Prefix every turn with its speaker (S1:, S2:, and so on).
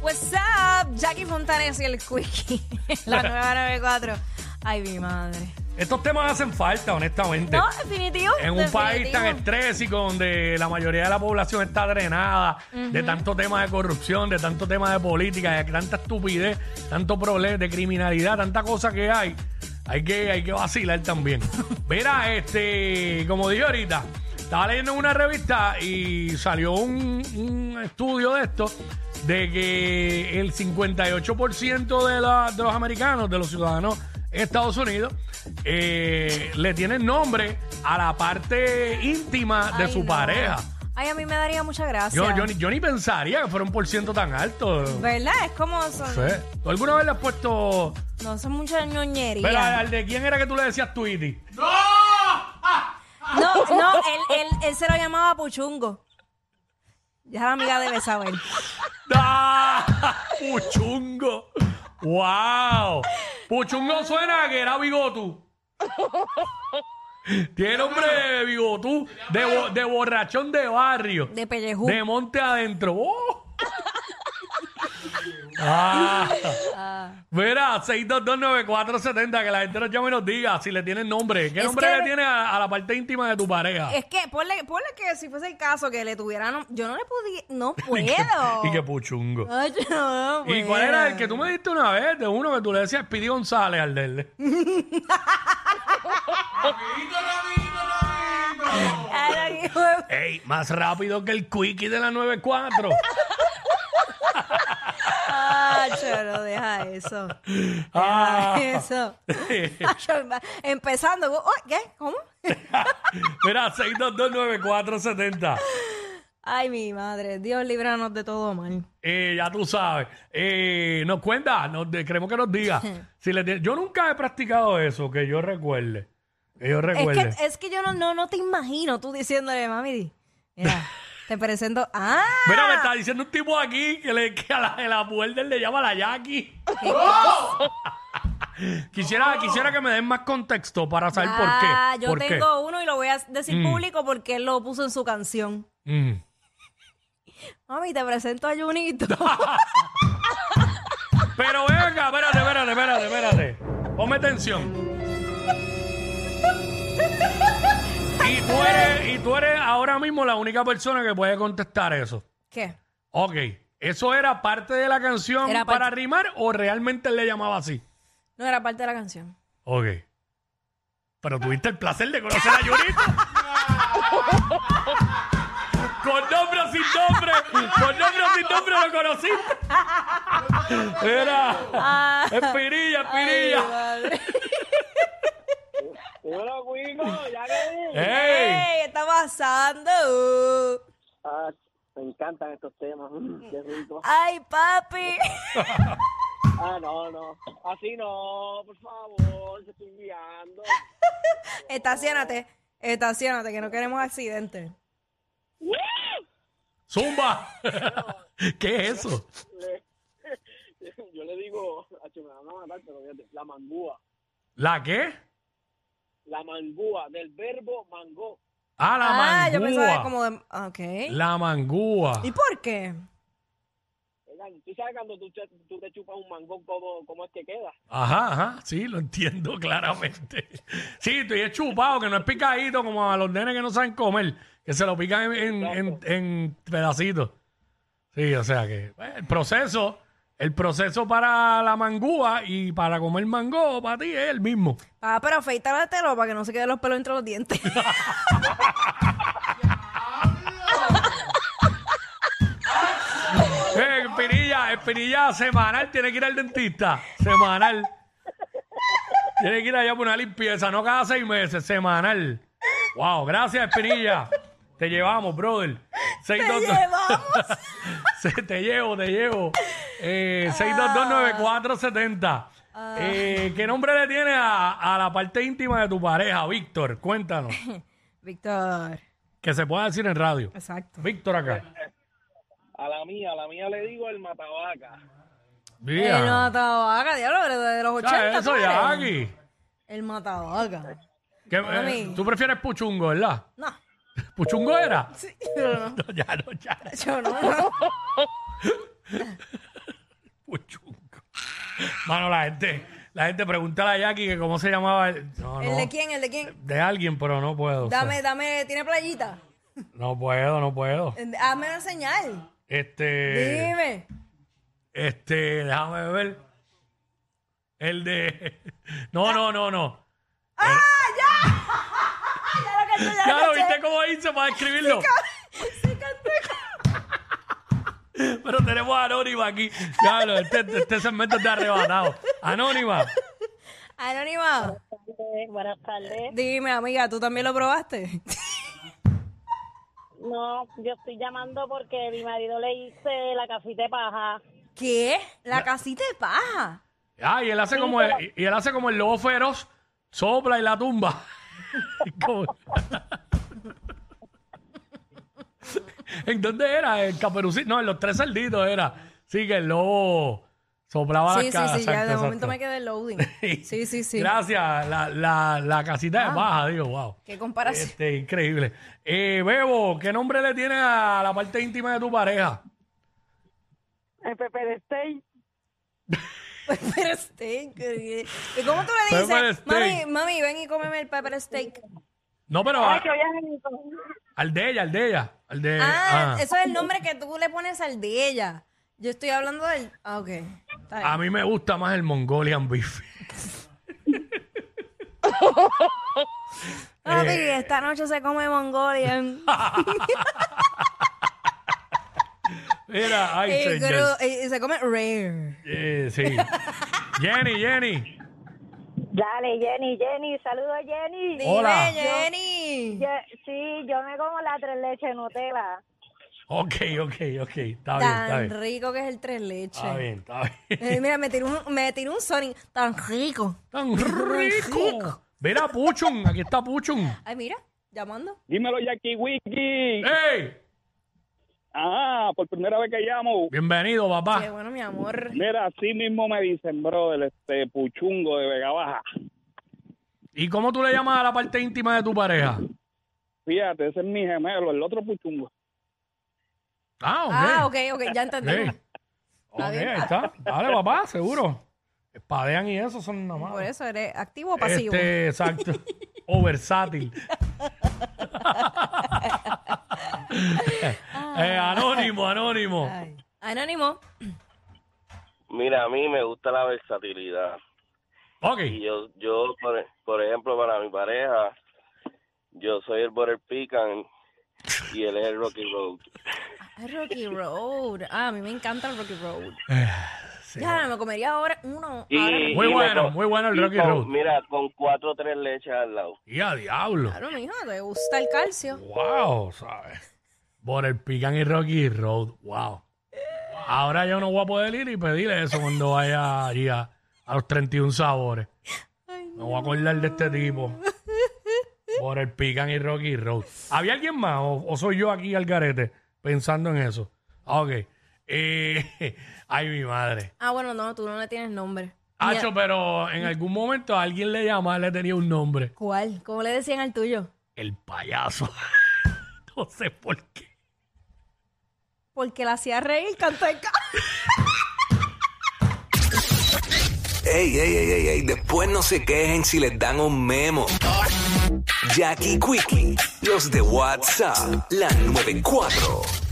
S1: What's up? Jackie Fontanes y el Quickie. La 994. Ay, mi madre.
S2: Estos temas hacen falta, honestamente.
S1: No, definitivo.
S2: En un país tan
S1: definitivo.
S2: estrésico donde la mayoría de la población está drenada de tantos temas de corrupción, de tantos temas de política, de tanta estupidez, tanto problema de criminalidad, tanta cosa que hay, hay que, hay que vacilar también. Mira, este, como dije ahorita, estaba leyendo en una revista y salió un, un estudio de esto de que el 58% de, la- de los americanos, de los ciudadanos en Estados Unidos, eh, le tienen nombre a la parte íntima de
S1: Ay,
S2: su
S1: no.
S2: pareja.
S1: Ay, a mí me daría mucha gracia.
S2: Yo, yo ni, yo ni pensaría que fuera un por ciento tan alto.
S1: ¿Verdad? Es como son.
S2: No sé. ¿Tú alguna vez le has puesto...
S1: No son muchas ñoñerías.
S2: Pero al al de quién era que tú le decías Tweety?
S1: No, no, él, él, él se lo llamaba Puchungo. Ya la amiga debe saber.
S2: ¡Ah! ¡Puchungo! ¡Wow! Puchungo suena a que era bigotu. Tiene nombre de bigotú, de, bo- de borrachón de barrio,
S1: De pellejú.
S2: de monte adentro. ¡Oh! Ah. Mira, 6229470, que la gente nos llame y nos diga si le tienen nombre. ¿Qué
S1: Es
S2: nombre
S1: que-
S2: le tiene a, a la parte íntima de tu pareja?
S1: Es que, ponle, ponle que si fuese el caso que le tuviera. nom- yo no le podía. No puedo.
S2: Y que puchungo.
S1: Ay, yo no
S2: ¿Y cuál
S1: puedo.
S2: era el que tú me diste una vez? De uno que tú le decías Pidi González al del.
S1: Ay, hijo de-
S2: ¡Ey! Más rápido que el quickie de la 94.
S1: Ah, choro, deja eso. Deja
S2: Ah.
S1: eso. Ay, choro, Empezando. oh, ¿Qué? ¿Cómo?
S2: Mira, 6229470.
S1: Ay, mi madre. Dios, líbranos de todo mal.
S2: Eh, ya tú sabes. Eh, nos cuenta, nos, de- queremos que nos diga. Si le tiene- yo nunca he practicado eso, que yo recuerde. Que yo recuerde.
S1: Es que, es que yo no, no, no te imagino tú diciéndole, mami, di, mira, te presento. ¡Ah!
S2: Mira, me está diciendo un tipo aquí que, le, que a la, a la mujer de él le llama la Jackie. quisiera, quisiera que me den más contexto para saber
S1: Ah,
S2: por qué. Mm.
S1: yo
S2: ¿Por qué?
S1: tengo uno y lo voy a decir público porque él lo puso en su canción.
S2: Mm.
S1: Mami, te presento a Junito.
S2: Pero venga, espérate, espérate, espérate, espérate. Ponme tensión. Y tú, eres, y tú eres ahora mismo la única persona que puede contestar eso.
S1: ¿Qué?
S2: Ok. ¿Eso era parte de la canción
S1: Era
S2: para
S1: parte-
S2: rimar o realmente él le llamaba así?
S1: No era parte de la canción.
S2: Ok. Pero tuviste el placer de conocer a Yurito. con nombre o sin nombre. Con nombre o sin nombre lo conociste. Era.
S1: Ah,
S2: Espirilla,
S1: ay,
S2: espirilla.
S1: madre.
S3: Bueno, Cuico, ya que
S2: ¡Ey!
S1: ¡Ey! ¿Qué está pasando?
S3: ah, Me encantan estos temas. mm, Qué rico.
S1: ¡Ay, papi!
S3: Ah, no, no. Así no, por favor, te estoy guiando.
S1: Estacionate, estacionate, que no queremos accidentes.
S2: ¡Zumba! ¿Qué es eso?
S3: Yo le digo, "Acho, me van a matar, pero fíjate, la mangúa.
S2: ¿La qué?
S3: La mangúa, del verbo mangó.
S2: Ah, la
S1: ah, yo pensaba
S2: mangúa.
S1: como de. Ok.
S2: La mangúa.
S1: ¿Y por qué?
S3: ¿verdad? Tú sabes cuando tú, te- tú te chupas un mangón, ¿cómo, cómo es que queda?
S2: Ajá, ajá. Sí, lo entiendo claramente. Sí, estoy es chupado, que no es picadito como a los nenes que no saben comer, que se lo pican en, en- en- en pedacitos. Sí, o sea que eh, el proceso, el proceso para la mangúa y para comer mango para ti es el mismo.
S1: Ah, pero afeítatelo para que no se queden los pelos entre los dientes.
S2: Eh, espinilla, espinilla semanal, tiene que ir al dentista. Semanal. Tiene que ir allá por una limpieza, no cada seis meses, semanal. Wow, gracias, espinilla. Te llevamos, brother. Te
S1: llevamos.
S2: te llevo, te llevo. Eh, 6229470. Eh, ¿Qué nombre le tiene a, a la parte íntima de tu pareja, Víctor? Cuéntanos.
S1: Víctor.
S2: Que se pueda decir en radio.
S1: Exacto.
S2: Víctor acá.
S3: A la mía, a la mía le digo el matabaca.
S2: Mira.
S1: El matabaca, diablo, pero de los 80.
S2: Ya,
S1: tú
S2: eso
S1: eres.
S2: ya, aquí.
S1: El matabaca.
S2: Que, eh,
S1: Mami.
S2: tú prefieres puchungo, ¿verdad?
S1: No,
S2: ¿Puchungo era?
S1: sí, yo no.
S2: No, ya, no, ya.
S1: Yo no, no.
S2: Mano, la gente, la gente pregunta a Jackie que cómo se llamaba. el- No,
S1: ¿El
S2: no.
S1: de quién? ¿El de quién?
S2: De alguien, pero no puedo. o sea,
S1: Dame, dame, ¿tiene playita?
S2: no puedo, no puedo.
S1: Eh, Hazme una señal.
S2: Este.
S1: Dime.
S2: Este, déjame ver. El de. No, no, no, no.
S1: ¡Ah, Ya lo canté, ya
S2: Eh. Ya lo
S1: canté.
S2: viste cómo hice para escribirlo.
S1: Sí, canté.
S2: Pero tenemos a Anónima aquí. Ya lo, este, este segmento está arrebatado. Anónima.
S1: Anónima,
S4: Buenas tardes.
S1: dime, amiga, ¿tú también lo probaste?
S4: No, yo estoy llamando porque mi marido le hice la cafita de paja.
S1: ¿Qué? La casita de paja.
S2: Ah, y él hace como el, y él hace como el lobo feroz, sopla y la tumba. Como- ¿En dónde era? El caperucito. No, en los tres cerditos era. Sí, que el lobo soplaba
S1: Sí,
S2: las
S1: sí, sí,
S2: caras.
S1: ya de
S2: Ah, exacto,
S1: momento
S2: exacto.
S1: me quedé en loading. Sí, sí, Ah. sí.
S2: Gracias. La, la, la casita de baja, digo, wow.
S1: Qué comparación.
S2: Este, increíble. Eh, Bebo, ¿qué nombre le tienes a la parte íntima de tu pareja?
S4: El Pepe de Stein.
S1: Pepper steak. eh. ¿Y cómo tú le dices?
S2: Pepper steak. Eh,
S1: Mami, mami, ven y cómeme el pepper steak.
S2: No, pero
S4: Ah.
S2: a-
S4: Yo
S2: al de ella, al de ella. Al de,
S1: ah,
S2: ah.
S1: eso es el nombre que tú le pones al de ella. Yo estoy hablando del... Ah, ok. Está bien.
S2: A mí me gusta más el Mongolian Beef.
S1: Papi,
S2: eh.
S1: esta noche se come Mongolian.
S2: Mira, ay,
S1: y,
S2: señor.
S1: cru- y- y Eh, se come rare.
S2: Eh, sí. Jenny, Jenny.
S4: Dale, Jenny, Jenny, saludos, Jenny.
S1: Dime,
S2: Hola.
S1: Jenny.
S4: Ye- sí, yo me como la tres leches Nutella.
S2: Ok, ok, ok. Está bien, está
S1: Tan
S2: bien.
S1: rico que es el tres leches.
S2: Está bien, está bien.
S1: Eh, mira, me tiró un, me tiró un Sonic tan rico.
S2: Tan rico. Mira, Puchun. Aquí está Puchun.
S1: Ay, mira, llamando.
S3: Dímelo, Jackie Wiki.
S2: ¡Ey!
S3: Ah, por primera vez que llamo.
S2: Bienvenido,
S1: Qué
S2: papá.
S1: bueno, mi amor.
S3: Mira, así mismo me dicen, bro, el este puchungo de Vega Baja.
S2: ¿Y cómo tú le llamas a la parte íntima de tu pareja?
S3: Fíjate, ese es mi gemelo, el otro puchungo.
S2: Ah, ok.
S1: Ah, ok, ok, ya entendí.
S2: Ok. Ok,
S1: bien.
S2: ahí está. Dale, papá, seguro. Espadean y eso son nada más.
S1: Por eso eres activo o pasivo.
S2: Este, exacto. o versátil. Eh, anónimo, anónimo.
S1: Ay. Anónimo.
S5: Mira, a mí me gusta la versatilidad.
S2: Ok.
S5: Y yo, yo por, por ejemplo, para mi pareja, yo soy el Butter Pecan y él es el Rocky Road.
S1: Ay, Ah, Rocky Road. Ah, a mí me encanta el Rocky Road.
S2: Eh, sí.
S1: Ya, me comería ahora uno.
S5: Y-
S1: Ahora mismo.
S2: Muy
S5: y me
S2: bueno,
S5: con-
S2: muy bueno el
S5: y
S2: Rocky
S5: con-
S2: Road.
S5: Mira, con cuatro o tres leches al lado.
S2: Y a diablo.
S1: Claro, mijo, te gusta el calcio.
S2: Wow, ¿sabes? Por el Pican y Rocky Road. Wow. Ahora yo no voy a poder ir y pedirle eso cuando vaya allí a, a los 31 sabores. Me voy a acordar de este tipo. Por el Pican y Rocky Road. ¿Había alguien más o, o soy yo aquí al garete pensando en eso? Ah, Ok. Eh, ay, mi madre.
S1: Ah, bueno, no, tú no le tienes nombre. Ni a-
S2: Hacho, pero en algún momento a alguien le llamaba, le tenía un nombre.
S1: ¿Cuál? ¿Cómo le decían al tuyo?
S2: El payaso. no sé por qué.
S1: Porque la hacía reír, cantó el ca-
S6: Ey, ey, ey, ey, ey, después no se quejen si les dan un memo. Jackie Quickie, los de WhatsApp, la 94.